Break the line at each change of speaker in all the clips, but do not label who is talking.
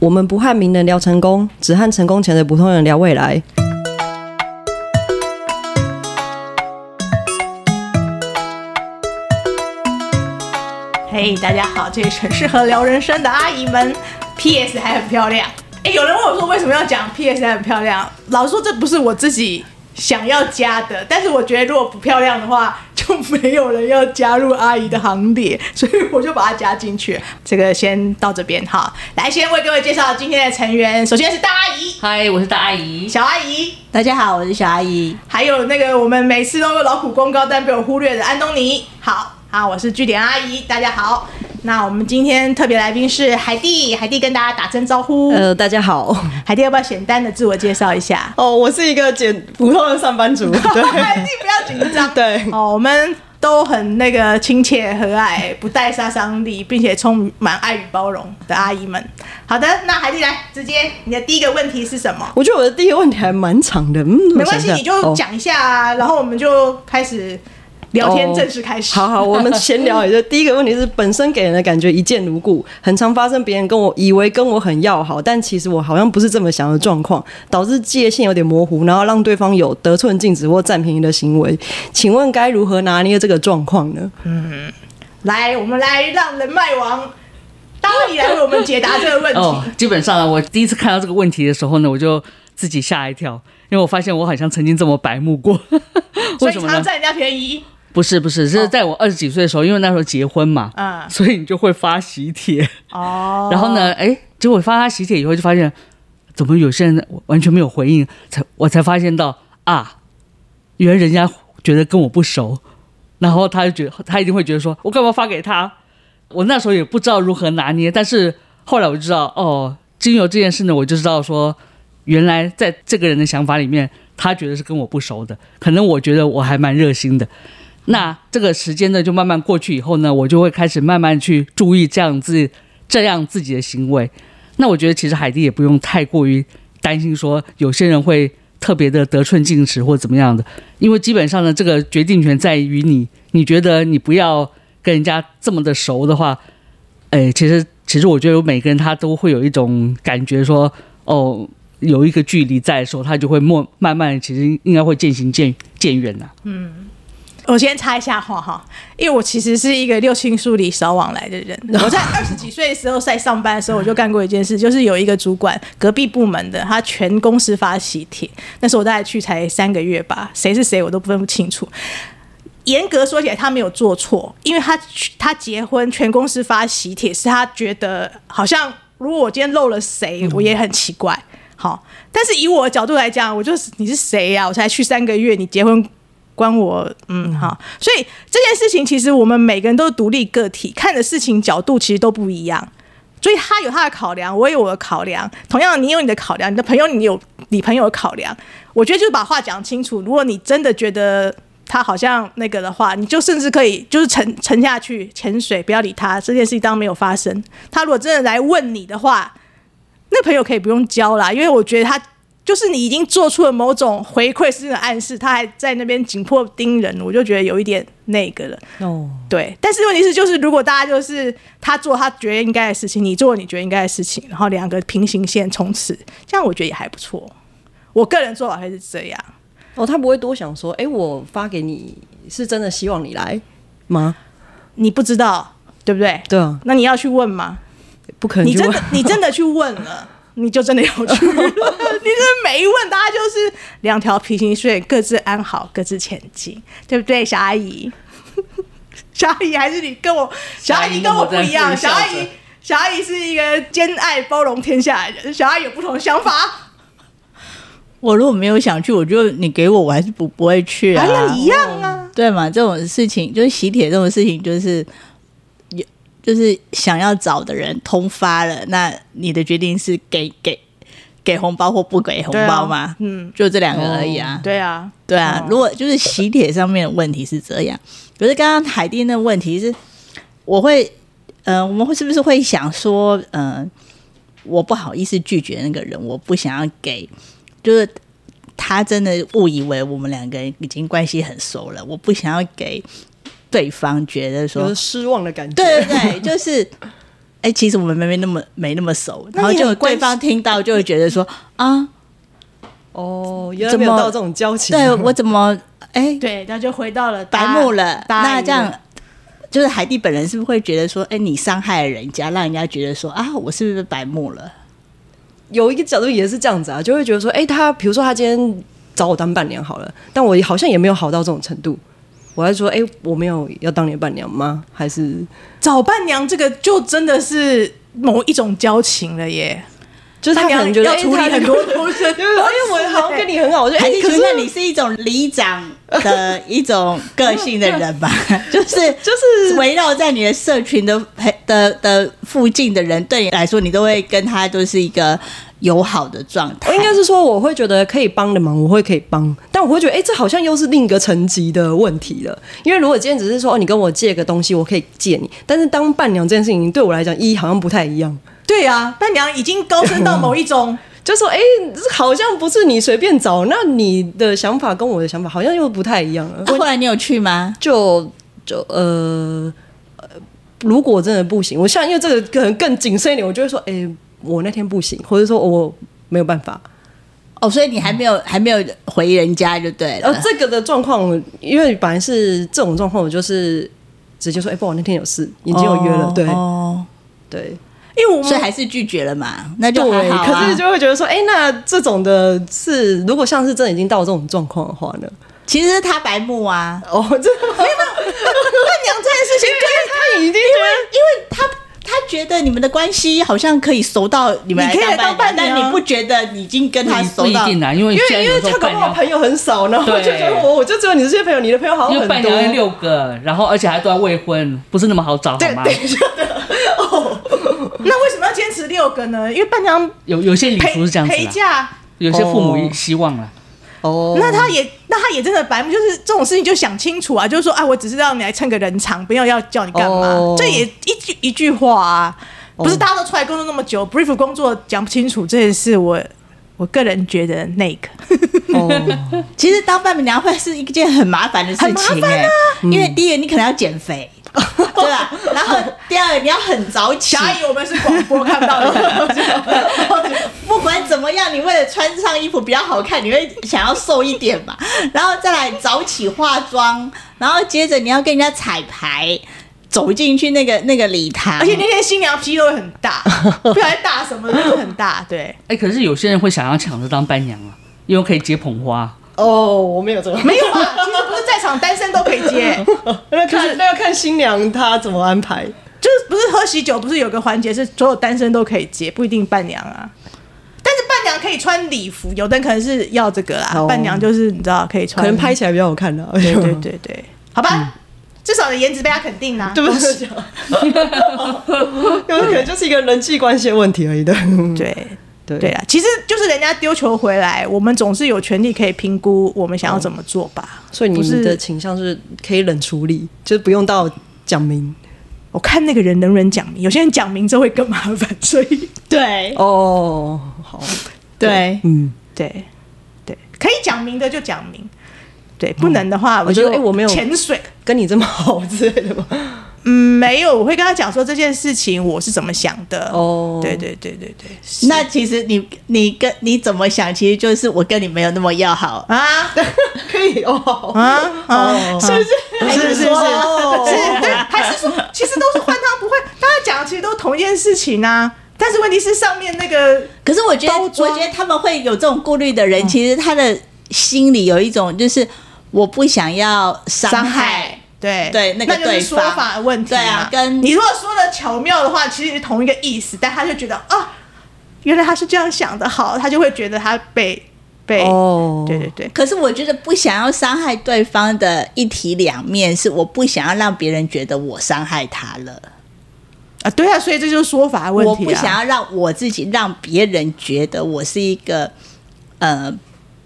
我们不和名人聊成功，只和成功前的普通人聊未来。
嘿、大家好，这里是很适合聊人生的阿姨们。P.S. 还很漂亮。哎、有人问我说为什么要讲 P.S. 还很漂亮？老实说，这不是我自己想要加的，但是我觉得如果不漂亮的话，就没有人要加入阿姨的行列，所以我就把它加进去。这个先到这边哈，来先为各位介绍今天的成员，首先是大阿姨、
嗨，我是大阿姨。
小阿姨，
大家好，我是小阿姨。
还有那个我们每次都劳苦功高但被我忽略的安东尼。好，好，我是据点阿姨，大家好。那我们今天特别来宾是海蒂，海蒂跟大家打声招呼。
呃，大家 好，
海蒂要不要简单的自我介绍一下？
哦，我是一个简普通的上班 族，
海蒂
对
不要紧 张。
对，
哦，我们都很那个亲切和蔼，不带杀伤力，并且充满爱与包容的阿姨们。好的，那海蒂来，直接你的第一个问题是什么？
我觉得我的第一个问题还蛮长的，嗯，
没
我
关
想
系，
想
你就、讲一下啊、然后我们就开始聊天
哦
正式开始。
好好，我们闲聊一下。第一个问题是，本身给人的感觉一见如故，很常发生别人跟我以为跟我很要好，但其实我好像不是这么想的状况，导致界限有点模糊，然后让对方有得寸进尺或占便宜的行为。请问该如何拿捏这个状况呢？
来，我们来让人脉王大力来为我们解答这个问题。
哦，基本上呢，我第一次看到这个问题的时候呢，我就自己吓一跳，因为我发现我好像曾经这么白目 过。
所
为
以哦
什
常
么
常
呢？
占人家便宜，
不是不是，是在我二十几岁的时候，因为那时候结婚嘛，
嗯
所以你就会发喜帖。
哦
然后呢，哎，结果发他喜帖以后，就发现怎么有些人完全没有回应，才我才发现到啊，原来人家觉得跟我不熟，然后他就觉得他一定会觉得说，我干嘛发给他？我那时候也不知道如何拿捏，但是后来我就知道，哦，经由这件事呢，我就知道说，原来在这个人的想法里面，他觉得是跟我不熟的，可能我觉得我还蛮热心的。那这个时间呢，就慢慢过去以后呢，我就会开始慢慢去注意这样子这样自己的行为。那我觉得其实海蒂也不用太过于担心说有些人会特别的得寸进尺或怎么样的，因为基本上呢，这个决定权在于你。你觉得你不要跟人家这么的熟的话，哎，其实其实我觉得每个人他都会有一种感觉说，哦，有一个距离在的时候，他就会默慢慢地其实应该会渐行渐渐远啊呐、
我先插一下话哈，因为我其实是一个六亲疏离少往来的人。我在二十几岁的时候在上班的时候，我就干过一件事，就是有一个主管隔壁部门的，他全公司发喜帖，那时候我大概去才三个月吧，谁是谁我都分不清楚。严格说起来，他没有做错，因为他他结婚，全公司发喜帖，是他觉得好像如果我今天漏了谁，我也很奇怪。好，但是以我的角度来讲，我就是你是谁啊呀、我才去三个月，你结婚关我嗯好，所以这件事情其实我们每个人都是独立个体，看的事情角度其实都不一样。所以他有他的考量，我也有我的考量。同样，你有你的考量，你的朋友你有你朋友的考量。我觉得就是把话讲清楚。如果你真的觉得他好像那个的话，你就甚至可以就是沉沉下去潜水，不要理他。这件事情当没有发生。他如果真的来问你的话，那朋友可以不用交啦，因为我觉得他就是你已经做出了某种回馈式的暗示，他还在那边紧迫盯人，我就觉得有一点那个了。
哦，
对，但是问题是，就是如果大家就是他做他觉得应该的事情，你做你觉得应该的事情，然后两个平行线冲刺，这样我觉得也还不错。我个人做法会是这样，
哦，他不会多想说，哎、我发给你是真的希望你来吗？
你不知道对不对？
对啊，
那你要去问吗？
不可能
你
就
真
问。
的你真的去问了，你就真的要去问了。 你真的没问，大家就是两条平行线，各自安好，各自前进，对不对，小阿姨？ 小阿姨还是你跟我，小阿姨跟我不一样，小
小
阿
阿姨默默在
姨。小阿姨是一个兼爱包容天下的人，小阿姨有不同的想法，
我如果没有想去，我就你给我，我还是不不会去啊
还，要一样啊。
对嘛？这种事情就是喜帖这种事情，就是也就是想要找的人通发了，那你的决定是给给给红包或不给红包嘛？
嗯，
就这两个而已啊。
对啊，
对啊
哦，
如果就是喜帖上面的问题是这样，可是刚刚海蒂那问题是，我会，呃，我们会是不是会想说，呃，我不好意思拒绝那个人，我不想要给，就是他真的误以为我们两个人已经关系很熟了，我不想要给对方觉得
有
说
失望的感觉，
对对对，就是哎、其实我们没那么没那么熟，
那
然后
你很
就对
关
方听到就会觉得说 啊，
哦，原来没有到这种交情。
对我怎么哎、
对，那就回到了
白
搭
目了？
搭
那
一个
这样就是海蒂本人是不是会觉得说，哎、你伤害了人家，让人家觉得说啊，我是不是白目了？
有一个角度也是这样子啊，就会觉得说，哎、他比如说他今天找我当伴娘好了，但我好像也没有好到这种程度。我还说，哎、我没有要当你的伴娘吗？还是
找伴娘这个就真的是某一种交情了耶，
就是他
伴
可
娘
能觉得
要处理很，多
哎
东 西，因啊
他因为因为我好像跟你很好，我就哎、
海蒂
可
觉
是
得你是一种里长的一种个性的人 吧，就是
就是
围绕在你的社群的陪的的附近的人，对你来说，你都会跟他都是一个友好的状态。
我应该是说，我会觉得可以帮的忙，我会可以帮，但我会觉得，哎、这好像又是另一个层级的问题了。因为如果今天只是说，哦，你跟我借个东西，我可以借你，但是当伴娘这件事情对我来讲，一好像不太一样。
对啊，伴娘已经高升到某一种，
就说，哎、这好像不是你随便找，那你的想法跟我的想法好像又不太一样了
啊。后来你有去吗？
就就呃，呃如果真的不行，我像因为这个可能更谨慎一点，我就会说，哎、我那天不行，或者说我没有办法。
哦，所以你还没有还没有回人家就对了。
然后呃这个的状况，因为本来是这种状况，我就是直接说，哎、不，我那天有事，已经有约了，
哦
对、
哦，
对
因为我
所以
们
还是拒绝了嘛？那就还
对。
好、啊、
可是就会觉得说，哎、那这种的是，如果像是真的已经到这种状况的话呢？
其实是他白目啊，
哦，这没有
伴娘这件事情
他已经觉得。
因为他他觉得你们的关系好像可以熟到你们
你可以来当伴
伴
娘啊
但你不觉得你已经跟他
不
熟
一
到？
定啊，因 为
因
现
为因
在
为
有时
他
候
搞
伴
不好
娘，
朋友很少，然后我就
对
觉得我我就只有你这些朋友，你的朋友好像
因为
很
伴
多。
娘要六个，然后而且还都要未婚，不是那么好找，好
对
吗？
对，
哦 那为什么要坚持六个呢？因为伴娘
有有些礼
陪
俗是这样子
陪
啦，
嫁，
有些父母
哦
希望啦。
哦
那他也那他也真的白目，就是这种事情就想清楚啊，就是说啊，我只是让你来蹭个人场，不要要叫你干嘛，
哦
这也一句一句话啊，不是大家都出来工作那么久、b r i e f 工作讲不清楚这也是我我个人觉得那个，
哦，
其实当伴娘会是一件很麻烦的事
很麻
情、
烦啊嗯
哎、因为第一个你可能要减 肥，对吧？然后第二个你要很早起，
霞姨我们是广播看到 的，
不管怎么样，你为了穿上衣服比较好看，你会想要瘦一点嘛？然后再来早起化妆，然后接着你要跟人家彩排，走进去那个那个礼堂，
而且那天新娘脾气都会很大，不小心大什么都是很大，对，
哎、可是有些人会想要抢着当伴娘啊，因为可以接捧
啊
花。
哦，我没有这个，
没有啊，其实不是在场单身都可以接。
那要看那要看新娘她怎么安排。
就是不是喝喜酒，不是有个环节是所有单身都可以接，不一定伴娘啊。但是伴娘可以穿礼服，有的人可能是要这个啦。
哦
伴娘就是你知道可以穿，
可能拍起来比较好看的、啊，
对对对对，好吧，至少你的颜值被他肯定啦。
嗯对不起，有的可能就是一个人际关系的问题而已的。
对
对
对啊，其实就是人家丢球回来，我们总是有权利可以评估我们想要怎么做吧。
所以你
不
们的
是
倾向是可以冷处理，就是不用到讲明
我看那个人能不能讲明，有些人讲明之后会更麻烦，所以
对
哦。好，
对，
嗯，
对对，可以讲明的就讲明。哦对，不能的话，
我觉
就
得哎我没有
潜水，
跟你这么好之类的吗？
嗯，没有，我会跟他讲说这件事情我是怎么想的。
哦
对对对对对，是
那其实你你跟你怎么想，其实就是我跟你没有那么要好，
啊
可以哦，
啊啊，
是不是？
是是是是，
哎哦
对，还是说其实都是换汤不换，大家讲的其实都同一件事情啊。但是问题是上面那个
可是我觉得，
包
我
装嗯
觉得他们会有这种顾虑的人，其实他的心里有一种就是我不想要伤害。，
对
对那
那就
个
是
对
说
方
法的问题嘛。
对啊跟
你如果说的巧妙的话，其实是同一个意思，但他就觉得啊，原来他是这样想的，好，他就会觉得他被被，
哦
对对对。
可是我觉得不想要伤害对方的一体两面，是我不想要让别人觉得我伤害他了，
啊，对啊，所以这就是说法的问
我
题、啊。
不想要让我自己让别人觉得我是一个呃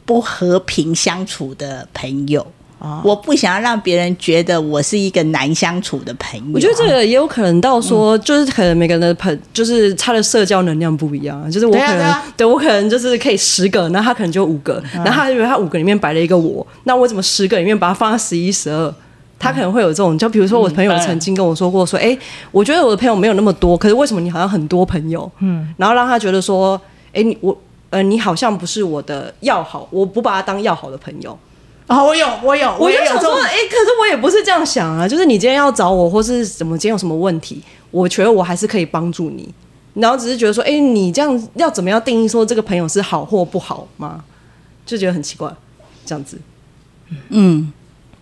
不和平相处的朋友，
啊
我不想要让别人觉得我是一个难相处的朋
啊
友。啊
我觉得这个也有可能到说，就是可能每个人的朋，就是他的社交能量不一样啊。就是我可
对啊对
能
啊，嗯
对我可能就是可以十个，然后他可能就五个，然后他以为他五个里面摆了一个我，那我怎么十个里面把它放到十一、十二？他可能会有这种，就比如说我朋友
嗯当然
曾经跟我说过，说，哎、我觉得我的朋友没有那么多，可是为什么你好像很多朋友？嗯，然后让他觉得说，哎、你我呃，你好像不是我的要好，我不把他当要好的朋友。
哦，我有，我有，
我就
也有
想
这
说，
种
哎、可是我也不是这样想啊，就是你今天要找我，或是怎么今天有什么问题，我觉得我还是可以帮助你。然后只是觉得说，哎、你这样要怎么样定义说这个朋友是好或不好吗？就觉得很奇怪，这样子。
嗯，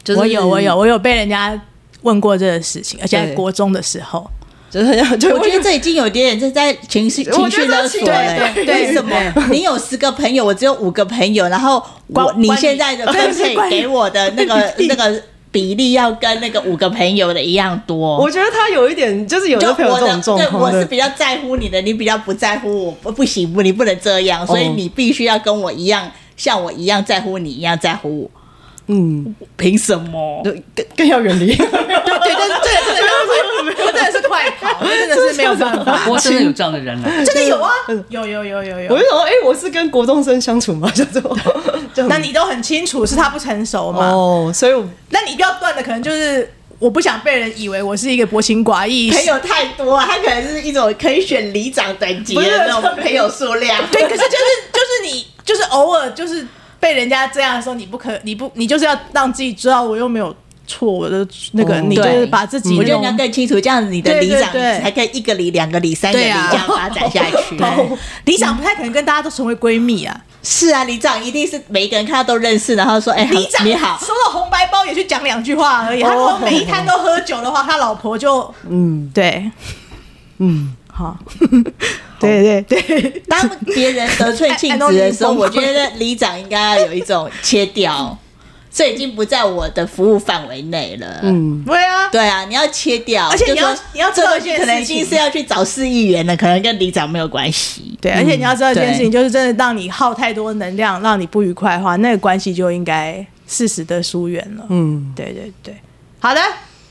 就是、
我有，我有，，我有被人家问过这个事情，而且在
对
国中的时候，
就是 很想，就
我觉得这已经有点这在情绪
我
情
觉
绪
得这
勒
情
索了。
对对对
为什么你有十个朋友，我只有五个朋友，然后我
关
你
关
现在的
对
分配
关
给我的那个那个比例要跟那个五个朋友的一样多。
我觉得他有一点，就是有
就
的
我
朋友这种
的
状
对，
况，
我
对
是比较在乎你的，你比较不在乎我，不不行，不，你不能这
哦
样，所以你必须要跟我一样，像我一样在乎你一样在乎我，
嗯，
凭什么？
就更更要远离。
对对对，这个这个这个真的是快跑，这真的 是没有 办法，
不过真的有这样的人啊，
真的有啊，有有有有
我
有
就。想说，哎、我是跟国中生相处吗？ 就这 种，这样
那你都很清楚是他不成熟嘛？
哦，所以我
那你不要断的可能就是我不想被人以为我是一个薄情寡义，
朋友太多，他可能是一种可以选里长等级的
不是
那种朋友数量。
对，可是就是就是你就是偶尔就是被人家这样的时候，你不可你不你就是要让自己知道我又没有错，我的那个、
哦
你就是把自己
我觉得
弄
你要更清楚，这样你的里长
对对对
才可以一个里、两个里、三个里
对
这
啊
样发展下 去。
哦
对理想不太可能跟大家都成为闺蜜啊。
是啊，里长一定是每一个人看到都认识，然后说：“哎，
里长
你好。
收到红白包也去讲两句话而已。他如果每一摊都喝酒的话，他老婆就
嗯
对，
嗯，
好，对对对，”
当别人得 寸进尺的时
I- I know
候，
你
我觉得里长应该要有一种切 掉，这已经不在我的服务范围内了。
嗯，
对啊，
对啊，你要切掉，
而且你要
就说
你要知
这
道
东
一
西
件
可能
事
已经
情
是。要去找市议员了，可能跟里长没有关系。
对，而且你要知道一件
嗯对
事情，就是真的让你耗太多能量，让你不愉快的话，那个关系就应该适时的疏远了。
嗯，
对对对，好的，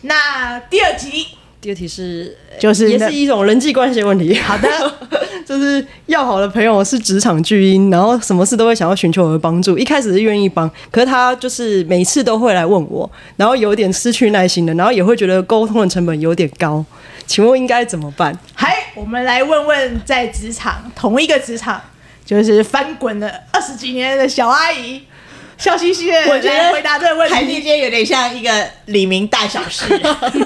那第二集
第二题是呃
就是
也
那
是一种人际关系的问题。好的， 就是要好的朋友是职场巨婴，然后什么事都会想要寻求我的帮助。一开始是愿意帮，可是他就是每次都会来问我，然后有点失去耐心的，然后也会觉得沟通的成本有点高。请问应该怎么办？
嗨，我们来问问在职场同一个职场，就是翻滚了二十几年的小阿姨，笑嘻嘻的
我觉
来
得
回答这个问
台地
题。
街有点像一个李明大小 事，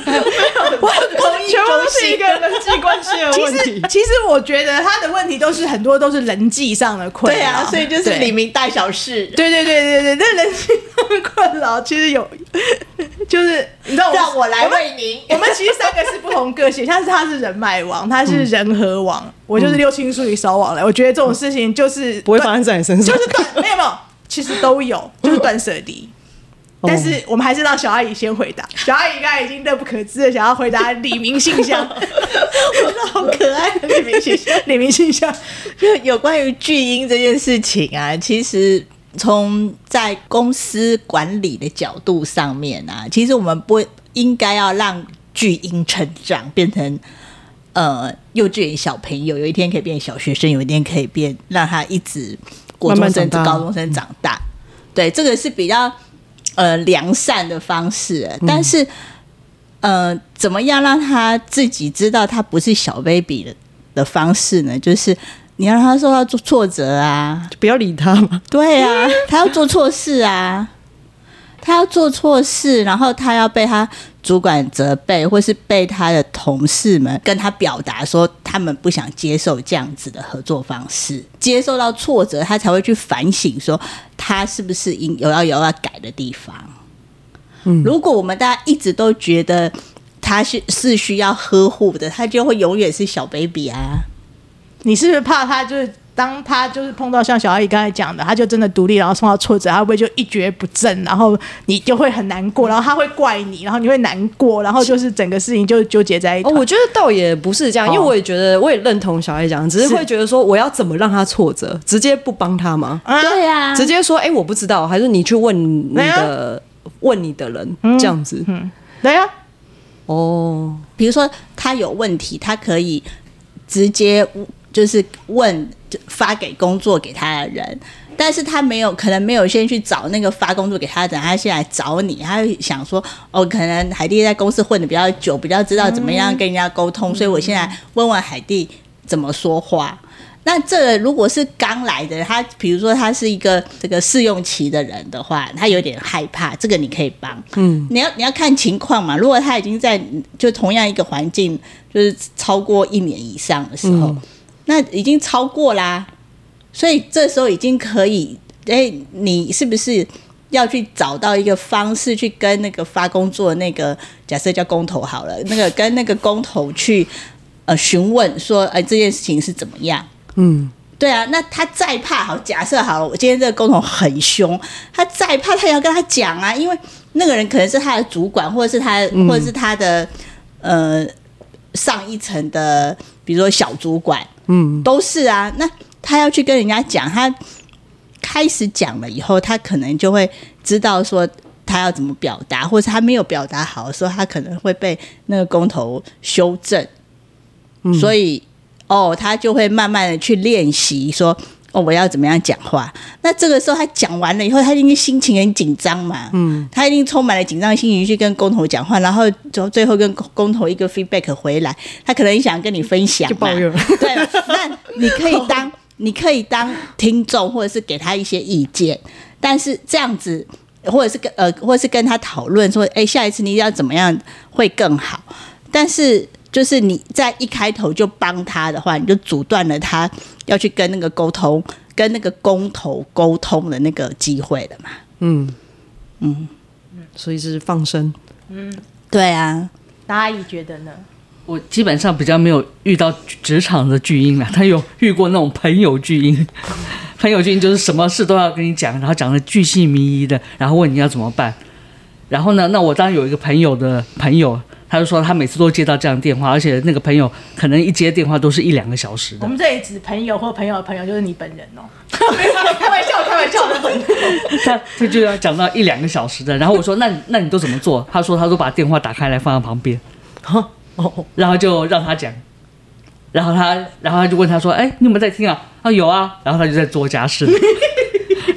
我我
全部都是一个人际关系的
其
问
实
题。
其实我觉得他的问题都是很多都是人际上的困扰，
对啊，所以就是
对
李明大小事，
对对对对对，那人际上的困扰其实有，就是你知道我们
让我来为您。
我们其实三个是不同个性，但是他是人脉王，他
嗯
是人和王，我就是六亲疏里少往来。我觉得这种事情就是
嗯不会发生在你身上，
就是断没有没有，其实都有，就是断舍离。
哦
但是我们还是让小阿姨先回答。小阿姨刚才已经乐不可支的想要回答李明信箱，
我觉得好可爱的李明先生。
李明信箱，
就有关于巨婴这件事情啊，其实从在公司管理的角度上面啊，其实我们不应该要让巨婴成长变成。呃，幼稚园小朋友有一天可以变小学生，有一天可以变让他一直国中生
慢慢长大嗯
至高中生长大。对，这个是比较呃良善的方式，
嗯
但是、呃，怎么样让他自己知道他不是小 baby 的的方式呢？就是你要让他受到挫挫折啊，
不要理他嘛。
对啊，他要做错事啊，他要做错事，然后他要被他主管责备，或是被他的同事们跟他表达说他们不想接受这样子的合作方式，接受到挫折，他才会去反省说他是不是应有要有要改的地方。
嗯
如果我们大家一直都觉得他是是需要呵护的，他就会永远是小 baby 啊。
你是不是怕他就是当他就是碰到像小阿姨刚才讲的，他就真的独立，然后受到挫折，他会不会就一蹶不振，然后你就会很难过，然后他会怪你，然后你会难过，然后就是整个事情就纠结在一
哦，
起。
我觉得倒也不是这样，因为
哦
我也觉得，我也认同小爱讲的，只是
是
会觉得说，我要怎么让他挫折，直接不帮他吗？
啊
对啊，
直接说，哎、我不知道，还是你去问你
对啊
的、问你的人、这样子。
对啊呀、
哦，
比如说他有问题，他可以直接就是问发给工作给他的人，但是他没有，可能没有先去找那个发工作给他的人，他先来找你，他会想说，哦，可能海蒂在公司混的比较久，比较知道怎么样跟人家沟通，所以我现在问问海蒂怎么说话。那这个如果是刚来的，他比如说他是一个这个试用期的人的话，他有点害怕，这个你可以帮。嗯，你要你要看情况嘛。如果他已经在就同样一个环境，就是超过一年以上的时候，那已经超过啦，所以这时候已经可以，哎，你是不是要去找到一个方式去跟那个发工作的那个，假设叫工头好了，那个跟那个工头去呃询问说，哎、这件事情是怎么样？
嗯，
对啊，那他再怕好，假设好了，我今天这个工头很凶，他再怕他也要跟他讲啊，因为那个人可能是他的主管，或者是他，或者是他的呃上一层的，比如说小主管，
嗯，
都是啊。那他要去跟人家讲，他开始讲了以后，他可能就会知道说他要怎么表达，或者他没有表达好的时候，他可能会被那个工头修正。
嗯
所以哦，他就会慢慢的去练习说。哦，我要怎么样讲话？那这个时候他讲完了以后，他一定心情很紧张嘛，嗯，他一定充满了紧张的心情去跟工头讲话，然后最最后跟工工头一个 feedback 回来，他可能也想跟你分享
就
嘛
抱，怨了。
对，那你可以当 你可以当听众，或者是给他一些意见，但是这样子，或者是跟呃，或者是跟他讨论说，哎、下一次你要怎么样会更好？但是就是你在一开头就帮他的话，你就阻断了他要去跟那个沟通、跟那个工头沟通的那个机会了嘛？
嗯嗯，所以是放生。
对啊，
大阿姨觉得呢？
我基本上比较没有遇到职场的巨婴啊，但有遇过那种朋友巨 婴。朋友巨婴就是什么事都要跟你讲，然后讲的巨细靡遗的，然后问你要怎么办。然后呢，那我当然有一个朋友的朋友，他就说他每次都接到这样的电话，而且那个朋友可能一接电话都是一两个小时
我
的。
们这里指朋友或朋友的朋友，就是你本人哦。没有，开玩笑，开玩笑的本人。哦
他他就要讲到一两个小时的。然后我说那那你都怎么做？他说他都把电话打开来放在旁边，
哦，
然后就让他讲。然后他，然后他就问他说：“哎，你有没有在听啊？”啊，有啊。然后他就在做家事，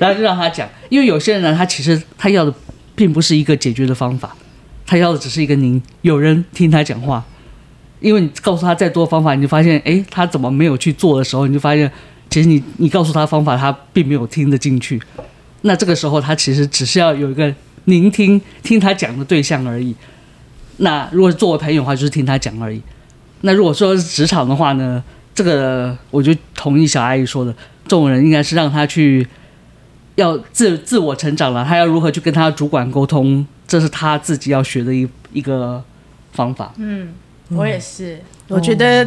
然后就让他讲。因为有些人呢，他其实他要的并不是一个解决的方法，他要的只是一个您有人听他讲话。因为你告诉他再多方法，你就发现，哎，他怎么没有去做的时候，你就发现，其实你你告诉他方法，他并没有听得进去。那这个时候，他其实只是要有一个聆听听他讲的对象而已。那如果作为朋友的话，就是听他讲而已。那如果说是职场的话呢，这个我就同意小阿姨说的，这种人应该是让他去要自自我成长了，他要如何去跟他主管沟通，这是他自己要学的一一个方法。
嗯
我也是，嗯我觉得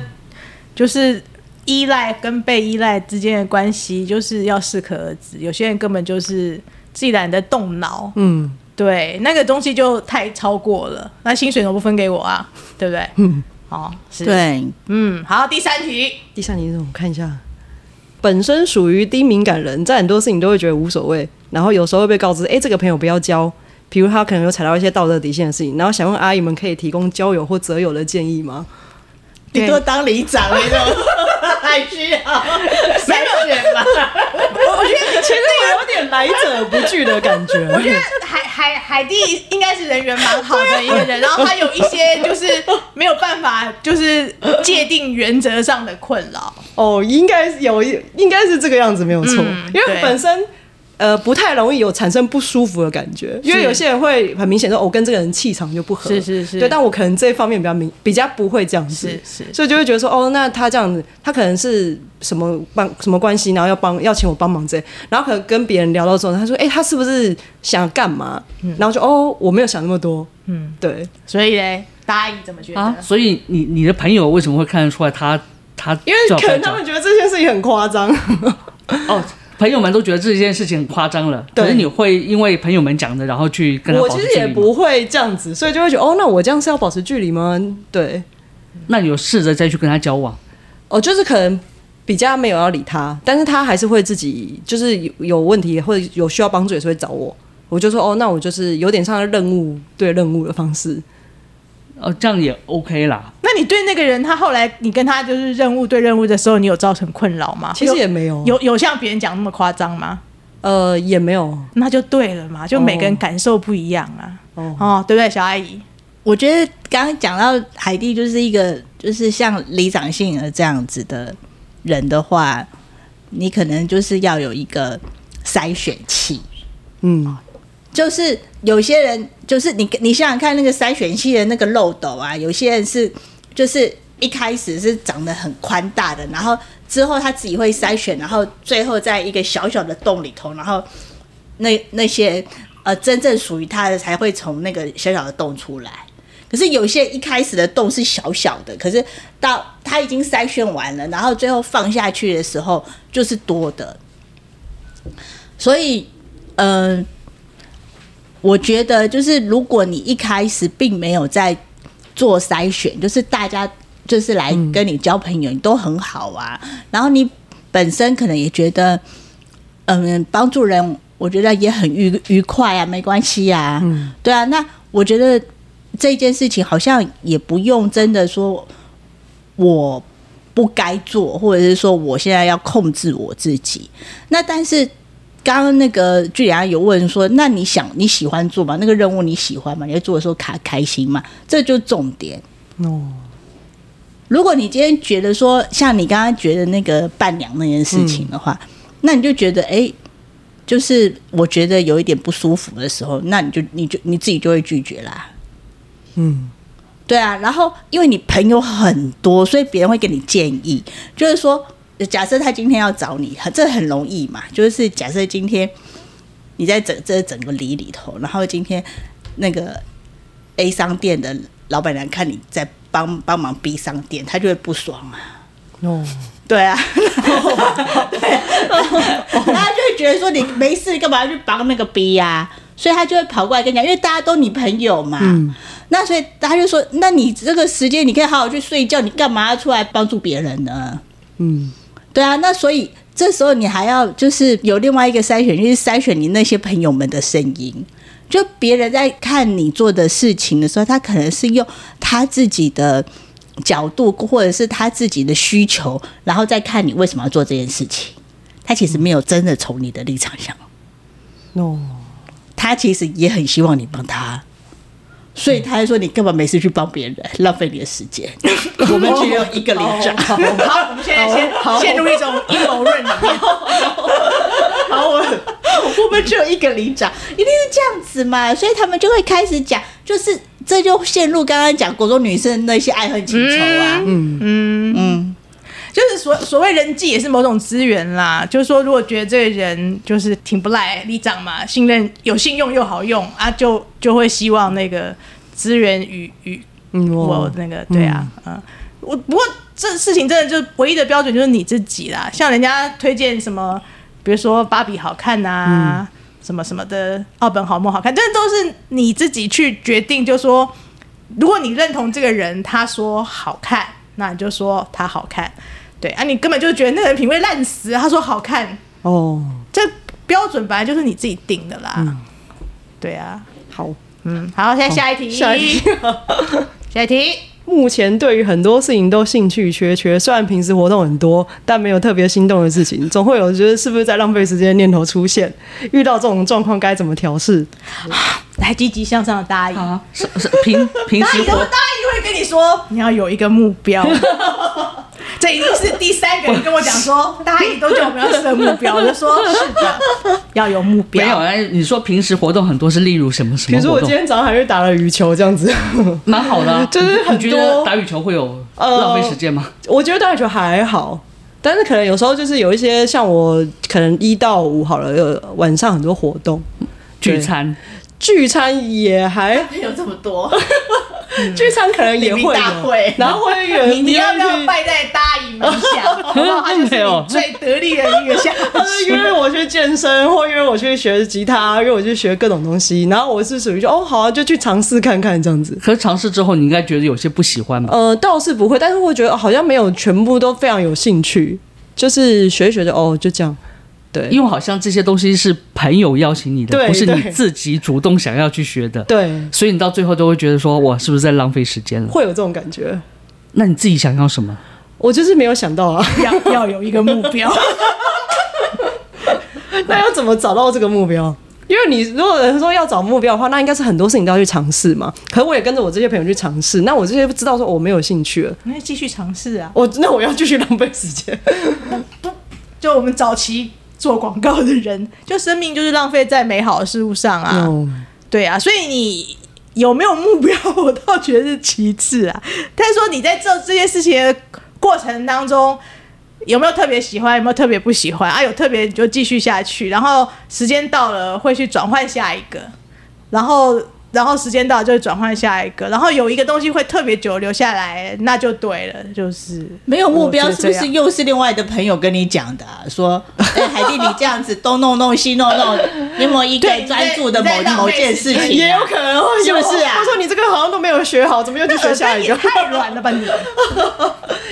就是依赖跟被依赖之间的关系，就是要适可而止。有些人根本就是自己懒得动脑，
嗯，
对，那个东西就太超过了。那薪水怎么不分给我啊？对不对？嗯，好、是，，
对，
嗯，好，第三题，
第三题是什么？我看一下，本身属于低敏感人，在很多事情都会觉得无所谓，然后有时候会被告知，哎、这个朋友不要交。比如他可能有踩到一些道德底线的事情，然后想问阿姨们可以提供交友或择友的建议吗？
你多当里长那种， 还 需要筛选吗？
我觉得
其实我有点来者不拒的感觉。我觉得
海海海蒂应该是人缘蛮好的一个人，然后他有一些就是没有办法，就是界定原则上的困扰。
哦，应该是有，应该是这个样子没有错，
嗯
因为
对
本身。呃，不太容易有产生不舒服的感觉，因为有些人会很明显说，我、跟这个人气场就不合，
是是是
对，但我可能这方面比较明，比较不会这样子，
是是
所以就会觉得说，哦，那他这样子，他可能是什么帮什么关系，然后要帮要请我帮忙这，然后可能跟别人聊到之后，他说，哎、他是不是想干嘛？
嗯
然后就哦，我没有想那么多，嗯，对，
所以嘞，大阿姨怎么觉得？
啊，所以你你的朋友为什么会看得出来他他
因为
叫
可能
班
他
长
们觉得这件事情很夸张，
哦，朋友们都觉得这件事情很夸张了，
对
可是你会因为朋友们讲的，然后去跟他
我
保
其
持
实
距
也
离吗
不会这样子，所以就会觉得哦，那我这样是要保持距离吗？对，
那你有试着再去跟他交往，
哦，就是可能比较没有要理他，但是他还是会自己就是有有问题或者有需要帮助也是会找我，我就说哦，那我就是有点像任务对任务的方式，
哦，这样也 OK 啦。
那你对那个人，他后来你跟他就是任务对任务的时候，你有造成困扰吗？
其实也没有啊
有有像别人讲那么夸张吗？
呃，也没有，
那就对了嘛，就每个人感受不一样啊。
哦
哦，对不对，小阿姨？
我觉得刚刚讲到海蒂就是一个，就是像李长信儿这样子的人的话，你可能就是要有一个筛选器，
嗯，
就是有些人就是你你想想看那个筛选器的那个漏斗啊，有些人是就是一开始是长得很宽大的，然后之后他自己会筛选，然后最后在一个小小的洞里头，然后那那些呃真正属于他的才会从那个小小的洞出来。可是有些一开始的洞是小小的，可是到他已经筛选完了，然后最后放下去的时候就是多的，所以，嗯、我觉得就是如果你一开始并没有在做筛选，就是大家就是来跟你交朋友，你都很好啊。然后你本身可能也觉得，嗯，帮助人，我觉得也很愉愉快啊，没关系啊，对啊。那我觉得这件事情好像也不用真的说我不该做，或者是说我现在要控制我自己。那但是刚刚那个剧里安有问说，那你想你喜欢做吗？那个任务你喜欢吗？你在做的时候开开心吗？这就是重点。
哦，
如果你今天觉得说，像你刚刚觉得那个伴娘那件事情的话，那你就觉得哎、诶就是我觉得有一点不舒服的时候，那你就你就你自己就会拒绝啦。
嗯，
对啊，然后因为你朋友很多，所以别人会给你建议，就是说，假设他今天要找你，很这很容易嘛，就是假设今天你在整这整个里里头，然后今天那个 A 商店的老板娘看你在帮帮忙 B 商店，他就会不爽啊。
哦，
对啊， 对啊，然后他就会觉得说你没事干嘛去帮那个 B 呀、所以他就会跑过来跟你讲，因为大家都你朋友嘛，
嗯
那所以他就说，那你这个时间你可以好好去睡觉，你干嘛要出来帮助别人呢？
嗯，
对啊，那所以这时候你还要就是有另外一个筛选，就是筛选你那些朋友们的声音。就别人在看你做的事情的时候，他可能是用他自己的角度，或者是他自己的需求，然后再看你为什么要做这件事情。他其实没有真的从你的立场想，
哦，
他其实也很希望你帮他，所以他还说你干嘛没事去帮别人，浪费你的时间。我们只有一个连长。
哦
哦 好，我们现在先陷入一种阴 谋论里面。
好，我 我们只有一个里长，一定是这样子嘛，所以他们就会开始讲，就是这就陷入刚刚讲国中女生那些爱恨情仇啊，嗯
就是所所谓人际也是某种资源啦，就是说如果觉得这个人就是挺不赖，里长嘛，信任有信用又好用啊，就就会希望那个资源与与
嗯，
我那个对啊，嗯，我不过这事情真的就是唯一的标准就是你自己啦，像人家推荐什么，比如说芭比好看啊，什么什么的，奥本好梦好看，这都是你自己去决定，就说如果你认同这个人，他说好看，那你就说他好看，对啊，你根本就觉得那个人品味烂死，他说好看，
哦，
这标准本来就是你自己定的啦，对啊，
好。
嗯，好，现在下一题，
下一
题， 下一题。
目前对于很多事情都兴趣缺缺，虽然平时活动很多，但没有特别心动的事情，总会有觉得是不是在浪费时间的念头出现。遇到这种状况该怎么调 试？
来积极向上的大姨，
啊，是是平平
大姨
时
的大
活
姨会跟你说，你要有一个目标。 这已经是第三个人跟我讲说， 大姨都叫我们要设目标，我就说是的，要有目
没有
标。
啊？你说平时活动很多是例如什么什
比
么
如说
活
我今
动？
天早上还去打了羽球这样子，
蛮好的啊，
就是很多
你觉得打羽球会有
呃
浪费时间吗？
我觉得打羽球还好。但是可能有时候就是有一些像我可能一到五好了，有晚上很多活动，
聚餐
聚餐也还
有这么多，
聚餐可能也
黎明
会
大
有
会
然后会 有
你你要不要
去
拜在大姨门 下？好不好？他就是
没有
你最得力的一个下
他是约我去健身，或约我去学吉他，约我去学各种东西。然后我是属于就哦好啊，就去尝试看看这样子。
可是尝试之后，你应该觉得有些不喜欢吧？
呃，倒是不会，但是会觉得、哦好像没有全部都非常有兴趣，就是学一学就哦就这样。对，
因为好像这些东西是朋友邀请你的，
对
不是你
对
自己主动想要去学的，
对，
所以你到最后都会觉得说，我是不是在浪费时间了？
会有这种感觉。
那你自己想要什么？
我就是没有想到啊，
要要有一个目标，
那要怎么找到这个目标？因为你如果有人说要找目标的话，那应该是很多事情都要去尝试嘛。可我也跟着我这些朋友去尝试，那我这些知道说我没有兴趣了，
你要继续尝试啊。
我那我要继续浪费时间。
就我们早期做广告的人，就生命就是浪费在美好的事物上啊。
哦
对啊，所以你有没有目标，我倒觉得是其次啊。 但是说你在做这件事情的过程当中，有没有特别喜欢，有没有特别不喜欢啊？有特别你就继续下去，然后时间到了会去转换下一个，然后。然后时间到了就会转换下一个，然后有一个东西会特别久留下来，那就对了，就是
没有目标
我觉得
是不
这样
是又是另外的朋友跟你讲的、啊？说， 哎，海蒂，你这样子东弄弄西弄弄，你有没有一个
对你在
专注的
你在
某
浪费
某件
时
事
间
情、啊？
也有可能会有
是不是啊
他说你这个好像都没有学好，怎么又去学下一个
耳？根也太软了吧你！
因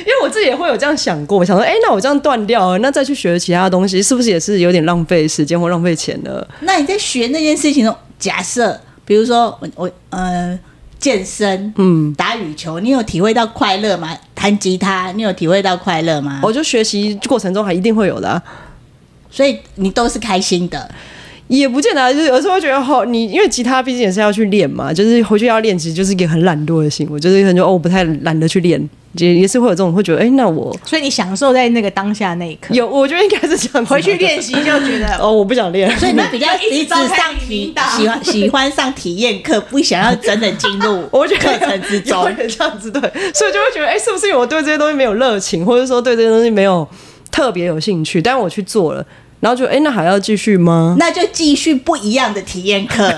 为我自己也会有这样想过，我想说，哎、那我这样断掉了，那再去学其他东西，是不是也是有点浪费时间或浪费钱呢？
那你在学那件事情的假设，比如说我我呃健身，嗯，打羽球，你有体会到快乐吗？弹吉他，你有体会到快乐吗？
哦我就学习过程中还一定会有的啊、
所以你都是开心的，
也不见得啊，就是有时候会觉得好，你因为吉他毕竟也是要去练嘛，就是回去要练，其实就是一个很懒惰的心，我就是很久哦，我不太懒得去练，也也是会有这种会觉得，哎、那我
所以你享受在那个当下那一刻，
有，我觉得应该是这样子，
回去练习就觉得。
哦，我不想练，
所以你比较
那你就一直
你只
召开
上
你
体
领导
喜欢喜欢上体验课，不想要真的进 入
我觉得
课程之中
有。点这样子，对，所以就会觉得，哎、是不是我对这些东西没有热情，或者说对这些东西没有特别有兴趣？但我去做了，然后就，哎、那还要继续吗？
那就继续不一样的体验 课，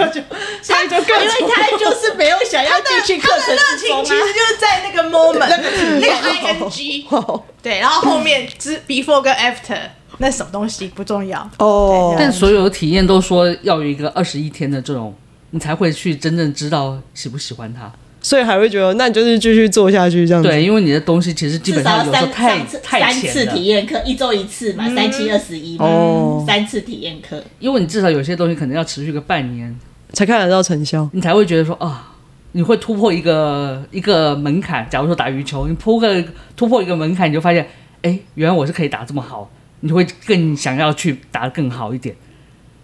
所以就更
因为他就是没有想要进去课程
热
之中
情其
啊。
实就是在那个 moment，那个 ing，对，然后后面之 before 跟 after 那什么东西不重要，
哦，
但所有的体验都说要有一个二十一天的这种，你才会去真正知道喜不喜欢它。
所以还会觉得，那你就是继续做下去这样子。
对，因为你的东西其实基
嗯至
本
少
上有
要
时候
三
太
三次
太
三次
浅
体
了，
验课，一周一次嘛，三七二十一嘛，
嗯
哦
三次体验课。
因为你至少有些东西可能要持续个半年，
才看得到成效。
你才会觉得说啊，你会突破一个一个门槛。假如说打羽球，你突破个突破一个门槛，你就发现，哎，原来我是可以打这么好，你就会更想要去打得更好一点。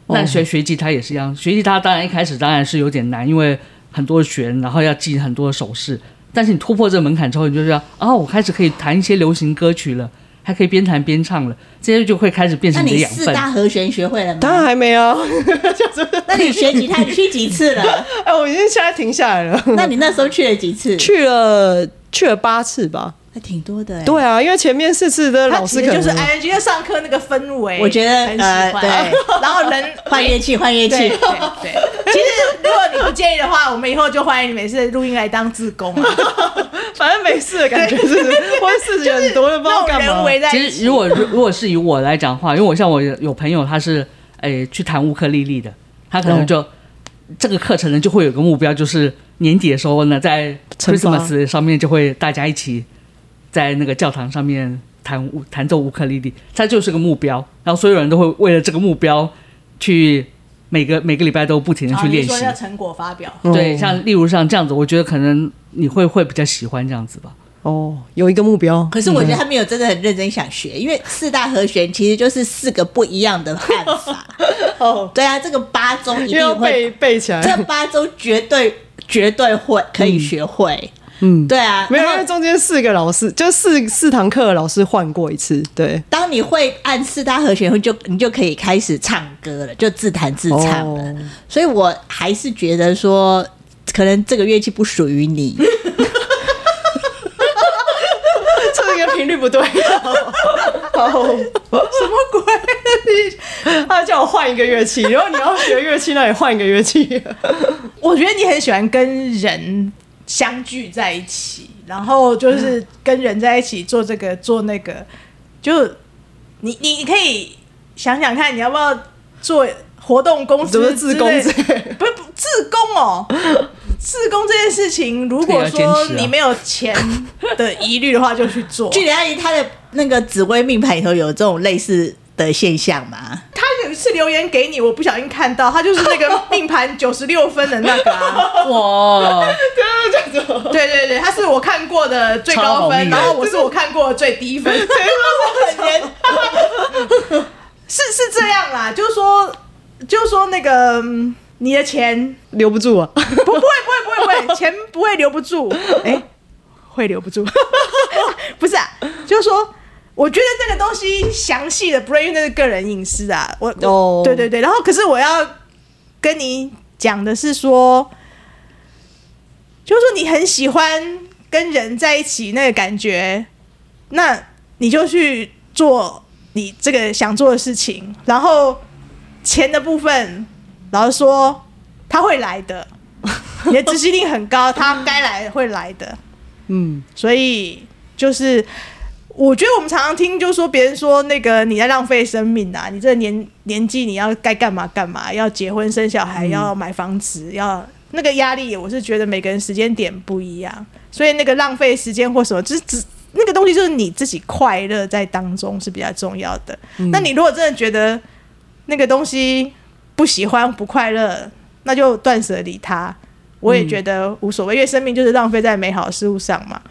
哦
那学学吉他也是一样，学吉他当然一开始当然是有点难，因为很多弦，然后要记很多手势。但是你突破这个门槛之后，你就知道啊，我开始可以弹一些流行歌曲了，还可以边弹边唱了，这些就会开始变
那
成你的
你
养
四
分。
大和弦学会了
当
吗？
然还没啊，
那你学 吉他你去几次了？
哎，我已经现在停下来了，
那你那时候去了几次？
去了去了八次吧。
还挺多
欸
的哎。
对啊，因为前面四次的
它
老
其
师
实
可
就是
能
ing 就上课那个氛围，
我觉得
很喜
呃
欢，
对
然后人
换乐器，换乐器。
对对对，其实如果你不介意的话，我们以后就欢迎你每次录音来当志工啊，
反正没事的感觉是，或者事情很多的不知道
那种
干
人
嘛。
围在
其
一
实
起，
如果如果是以我来讲的话，因为我像我有有朋友他是诶、去弹乌克丽丽的，他可能就、这个课程呢就会有个目标，就是年底的时候呢，在
惩罚
Christmas 上面就会大家一起在那个教堂上面弹乌弹奏乌克丽丽，它就是个目标，然后所有人都会为了这个目标去每个每个礼拜都不停的
啊
去
你
练习
说。要成果发表，
对，
哦
像例如像这样子，我觉得可能你会会比较喜欢这样子吧。
哦，有一个目标，
可是我 觉得他没有真的很认真想学，因为四大和弦其实就是四个不一样的看法。
哦，
对啊，这个八周一
因为要
定会，
背背起来。
这八周绝对绝对会可以学会。
嗯，
对啊，
没有，
然
因
后
为中间四个老师，就四四堂课的老师换过一次，对，
当你会按四大和弦后，就你就可以开始唱歌了，就自弹自唱了。
哦
所以我还是觉得说，可能这个乐器不属 于你。
这个频率不对。哦，
什么鬼？
他叫我换一个乐器，然后你要学乐器，那你换一个乐器。
我觉得你很喜欢跟人相聚在一起，然后就是跟人在一起做这个做那个，就你你你可以想想看，你要不要做活动公司
怎
之
么
类、
自工之类
不是不自工哦，自工这件事情，如果
这个要
说
坚持啊
你没有钱的疑虑的话，就去做。
距离阿姨她的那个紫薇命盘里头有这种类似的现象吗？
有一次留言给你，我不小心看到，他就是那个命盘九十六分的那个啊。
哇，
对对对，他是我看过的最
超
高
好命
分，然后我是我看过的最低分， 对，很严， 是是这样啦，就是说，就是说那个嗯你的钱
留不住啊。
不不会不会不会不会，钱不会留不住，哎、会留不住，不是啊，就是说。我觉得这个东西详细的，不会因为那是个人隐私啊。我我
哦
对对对，然后可是我要跟你讲的是说，就是说你很喜欢跟人在一起那个感觉，那你就去做你这个想做的事情，然后钱的部分，老实说，他会来的，你的执行力很高，他该来会来的，
嗯，
所以就是。我觉得我们常常听，就说别人说那个你在浪费生命啊，你这个年年纪你要该干嘛干嘛，要结婚生小孩，要买房子，要那个压力，我是觉得每个人时间点不一样，所以那个浪费时间或什么，就是只那个东西就是你自己快乐在当中是比较重要的。那你如果真的觉得那个东西不喜欢不快乐，那就断舍离它。我也觉得无所谓，因为生命就是浪费在美好的事物上嘛。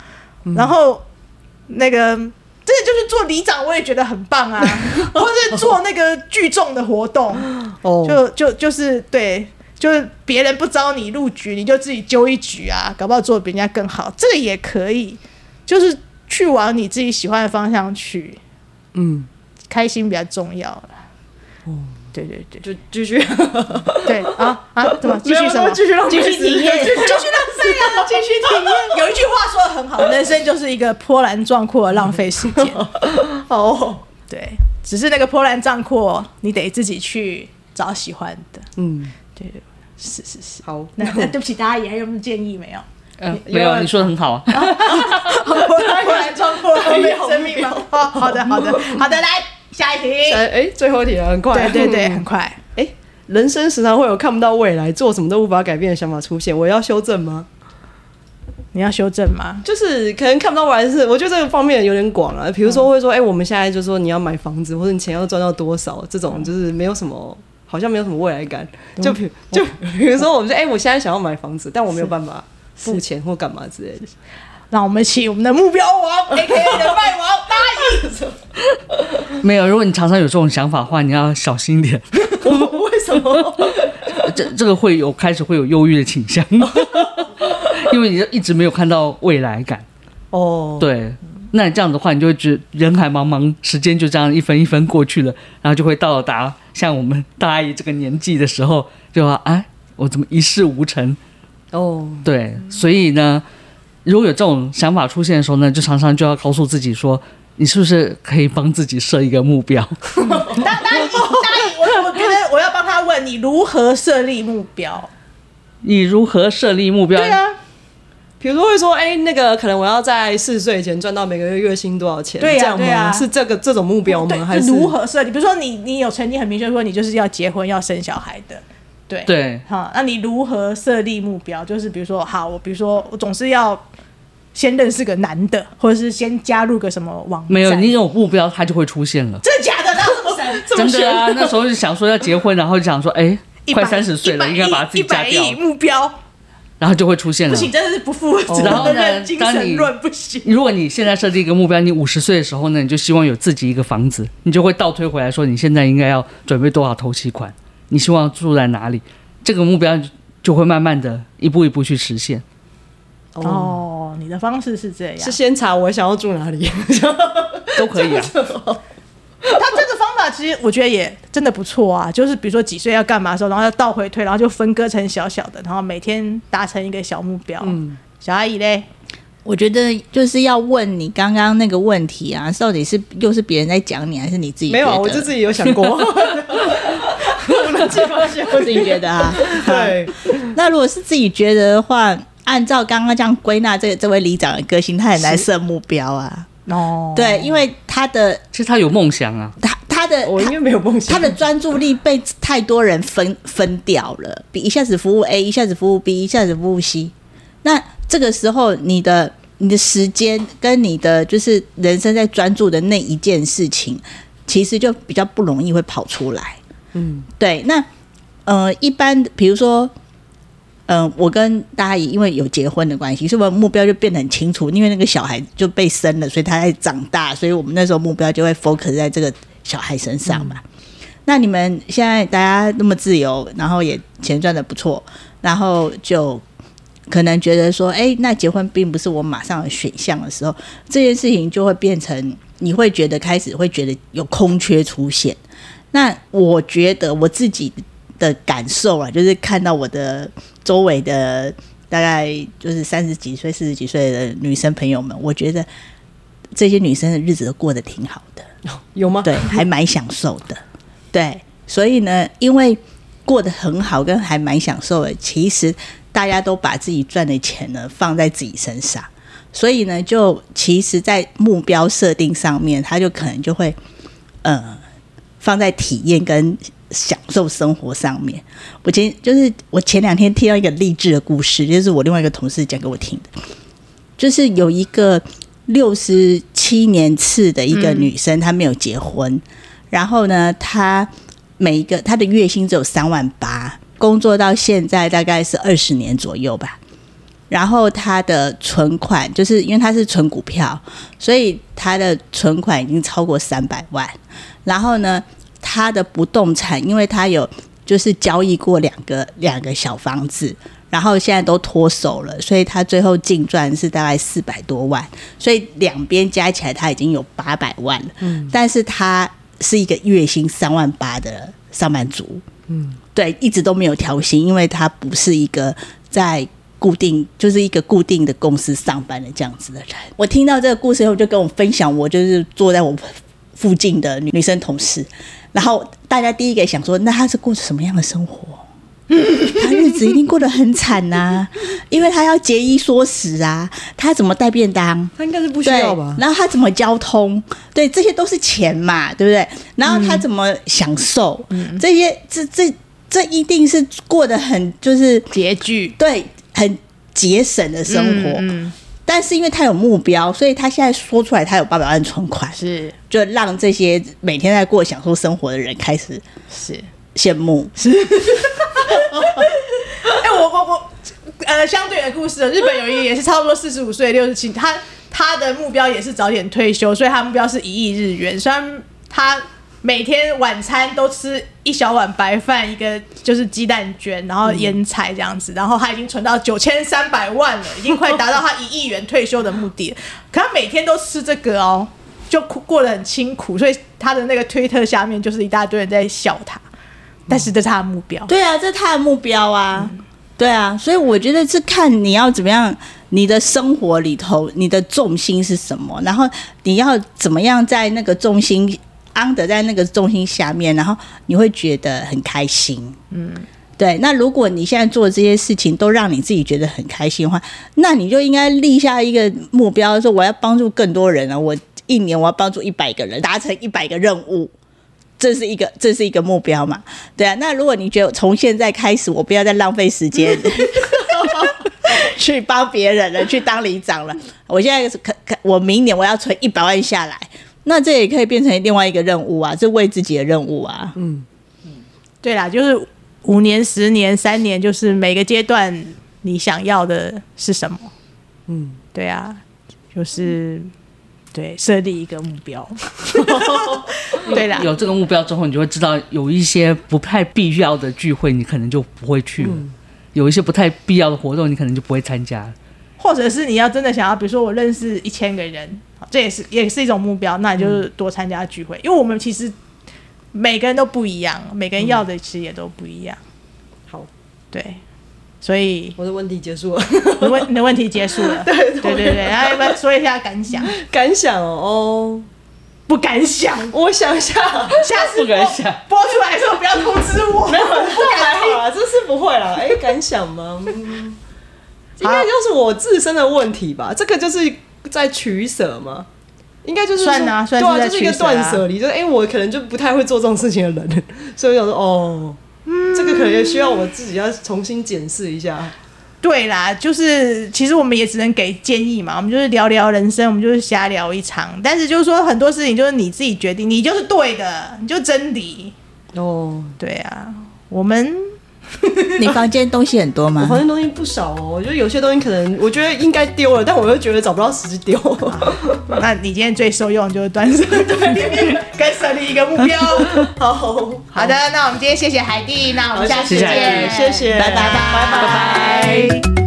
嗯
然后那个真的就是做里长，我也觉得很棒 啊，或者是做那个聚众的活动，
哦，
就就就是对，就是别人不招你入局，你就自己揪一局啊，搞不好做得比人家更好，这个也可以，就是去往你自己喜欢的方向去，
嗯，哦
开心比较重要了。对对对
就继续
对啊啊！怎么继
没
续
有
什么？
继续浪费
继续体验， 继续浪费啊！继续体验。有一句话说的很好，人生就是一个波澜壮阔的浪费时间。
好哦，
对，只是那个波澜壮阔，你得自己去找喜欢的。
嗯，
对，是是是。
好，
那那对不起，大家也还有什么建议 没有？
嗯，没有，你说的很好啊。
波澜波澜壮阔，浪费生命吗？哦，好的好的好的，来下一题。
哎哎，最后一题了，很快，
对对对，很快。
哎，人生时常会有看不到未来、做什么都无法改变的想法出现，我要修正吗？
你要修正吗？
就是可能看不到未来是，我觉得这个方面有点广了、比如说会说，哎、我们现在就说你要买房子，或者你钱要赚到多少，这种就是没有什么，好像没有什么未来感。
嗯
就 比就比如说，我们说，哎、我现在想要买房子，但我没有办法付钱或干嘛之类的。
让我们请我们的目标王 A K A 的麦王大 一。
没有，如果你常常有这种想法的话，你要小心一点，
我为什么？
这这个会有开始会有忧郁的倾 向，因为你一直没有看到未来感。
哦，
对，那你这样的话，你就会觉得人海茫茫，时间就这样一分一分过去了，然后就会到达像我们大阿姨这个年纪的时候，就说哎，我怎么一事无成？
哦，
对，所以呢，如果有这种想法出现的时候呢，就常常就要告诉自己说，你是不是可以帮自己设一个目标？
大大一，大一，我我觉得我要帮他问你如何设立目标。
你如何设立目标？
对啊。比如说会说，哎、那个可能我要在四十岁以前赚到每个月月薪多少钱，
对呀
这样吗？
对呀
是这个这种目标吗？还
对，
是
就如何设立？比如说你，你有曾经很明确说你就是要结婚、要生小孩的，对
对
好，那你如何设立目标？就是比如说，好，我比如说我总是要先认识个男的，或者是先加入个什么网站。
没有，你有目标，它就会出现了。
真的假的？那这么神？这么
真的 啊，那时候就想说要结婚，然后就想说，哎，快三十岁了，应该把自己嫁掉
一百，亿目标
然后就会出现
不
了。
行，真的是不负
哦然后
责
呢
任，精
当你
神论不行。
如果你现在设定一个目标，你五十岁的时候呢，你就希望有自己一个房子，你就会倒推回来说，你现在应该要准备多少头期款，你希望住在哪里，这个目标就会慢慢的一步一步去实现。
哦，
哦，你的方式是这样
是。先查我想要住哪里？
都可以啊，
他这个方法其实我觉得也真的不错啊，就是比如说几岁要干嘛的时候，然后要倒回推，然后就分割成小小的，然后每天达成一个小目标。嗯，小阿姨嘞，
我觉得就是要问你刚刚那个问题啊，到底是又是别人在讲你，还是你自 己
没有，
觉
啊，
得
我就自己有想过，
啊
不能计划性。
自己觉得啊？
对，
那如果是自己觉得的话，按照刚刚这样归纳这这位里长的个性，他很难设目标啊。
哦，
对，因为他的
其实他有梦想啊，
他他的
我应该没有梦
他
想。
的专注力被太多人分分掉了，比一下子服务 A，一下子服务 B，一下子服务 C。那这个时候，你的你的时间跟你的就是人生在专注的那一件事情，其实就比较不容易会跑出来。
嗯，
对，那呃，一般比如说，呃，我跟大姨因为有结婚的关系，所以我们目标就变得很清楚。因为那个小孩就被生了，所以他在长大，所以我们那时候目标就会 focus 在这个小孩身上嘛。那你们现在大家那么自由，然后也钱赚的不错，然后就可能觉得说，哎，那结婚并不是我马上的选项的时候，这件事情就会变成你会觉得开始会觉得有空缺出现。那我觉得我自己的感受啊，就是看到我的周围的大概就是三十几岁、四十几岁的女生朋友们，我觉得这些女生的日子都过得挺好的。
有吗？
对，还蛮享受的。对，所以呢，因为过得很好，跟还蛮享受的，其实大家都把自己赚的钱呢放在自己身上，所以呢，就其实，在目标设定上面，他就可能就会呃放在体验跟享受生活上面。我前就是我前两天听到一个励志的故事，就是我另外一个同事讲给我听的，就是有一个六十七年次的一个女生，她没有结婚，然后呢，她每一个她的月薪只有三万八，工作到现在大概是二十年左右吧。然后她的存款，就是因为她是存股票，所以她的存款已经超过三百万。然后呢，她的不动产，因为她有就是交易过两个两个小房子，然后现在都脱手了，所以她最后净赚是大概四百多万，所以两边加起来她已经有八百万了。嗯，但是她是一个月薪三万八的上班族。嗯，对，一直都没有调薪，因为她不是一个在。固定就是一个固定的公司上班的这样子的人，我听到这个故事以后，就跟我分享，我就是坐在我附近的女女生同事，然后大家第一个想说，那她是过着什么样的 生活？她日子一定过得很惨呐、因为她要节衣缩食啊，她怎么带便当？
他应该是不需
对，
要吧？
然后他怎么交通？对，这些都是钱嘛，对不对？然后他怎么享受？
嗯
这些这这这一定是过得很就是
拮据
对，很节省的生活。
嗯嗯
但是因为他有目标，所以他现在说出来，他有八百万存款，
是
就让这些每天在过享受生活的人开始
是。
羡慕。
哎、我我我，呃，相对的故事，日本有一个也是差不多四十五岁六十七，他他的目标也是早点退休，所以他目标是一亿日元。虽然他每天晚餐都吃一小碗白饭，一个就是鸡蛋卷，然后腌菜这样子，然后他已经存到九千三百万了，已经快达到他一亿元退休的目的了。可他每天都吃这个哦，就苦过得很清苦，所以他的那个推特下面就是一大堆人在笑他，但是这是他的目标。
对啊，这是他的目标啊。对啊，所以我觉得是看你要怎么样，你的生活里头你的重心是什么，然后你要怎么样在那个重心 under 在那个重心下面，然后你会觉得很开心。嗯，对。那如果你现在做的这些事情都让你自己觉得很开心的话，那你就应该立下一个目标，说我要帮助更多人啊，我一年我要帮助一百个人，达成一百个任务。这是一个，这是一个目标嘛？对啊，那如果你觉得从现在开始，我不要再浪费时间去帮别人了，去当里长了，我现在是可可，我明年我要存一百万下来，那这也可以变成另外一个任务啊，这为自己的任务啊。
对啦，就是五年、十年、三年，就是每个阶段你想要的是什么？
嗯，
对啊，就是对设立一个目标。对啦，
有这个目标之后，你就会知道有一些不太必要的聚会，你可能就不会去了；有一些不太必要的活动，你可能就不会参加。
或者是你要真的想要，比如说我认识一千个人，好这也是也是一种目标，那你就是多参加聚会，因为我们其实每个人都不一样，每个人要的其实也都不一样。
好，
对，所以
我的问题结束了。
你的问你的问题结束了。对对对对，然后要不要说一下感想？
感想哦，
不敢想，
哦我想一下，
下次
不敢想
播播出来的时候不要通知 我。
没有，这还好啦， 这是不会啦。哎、感想吗？嗯，应该就是我自身的问题吧。这个就是在取舍嘛，应该就是说
算啊算是
对啊，
在
就是一个
取舍啊
断舍离。就是哎、我可能就不太会做这种事情的人， 所以我想说哦。这个可能也需要我自己要重新检视一下。
对啦，就是其实我们也只能给建议嘛，我们就是聊聊人生，我们就是瞎聊一场。但是就是说很多事情就是你自己决定，你就是对的，你就真理。
哦，
对啊，我们
你房间东西很多
我
吗
好？像东西不少哦，我觉得有些东西可能我觉得应该丢了，但我又觉得找不到时机丢。
那你今天最受用就是断舍离， 跟舍离一个目 标。
好，好
好的，那我们今天谢谢海蒂，那我们下次
谢谢海
见，
谢谢，
拜拜，
拜拜。
拜拜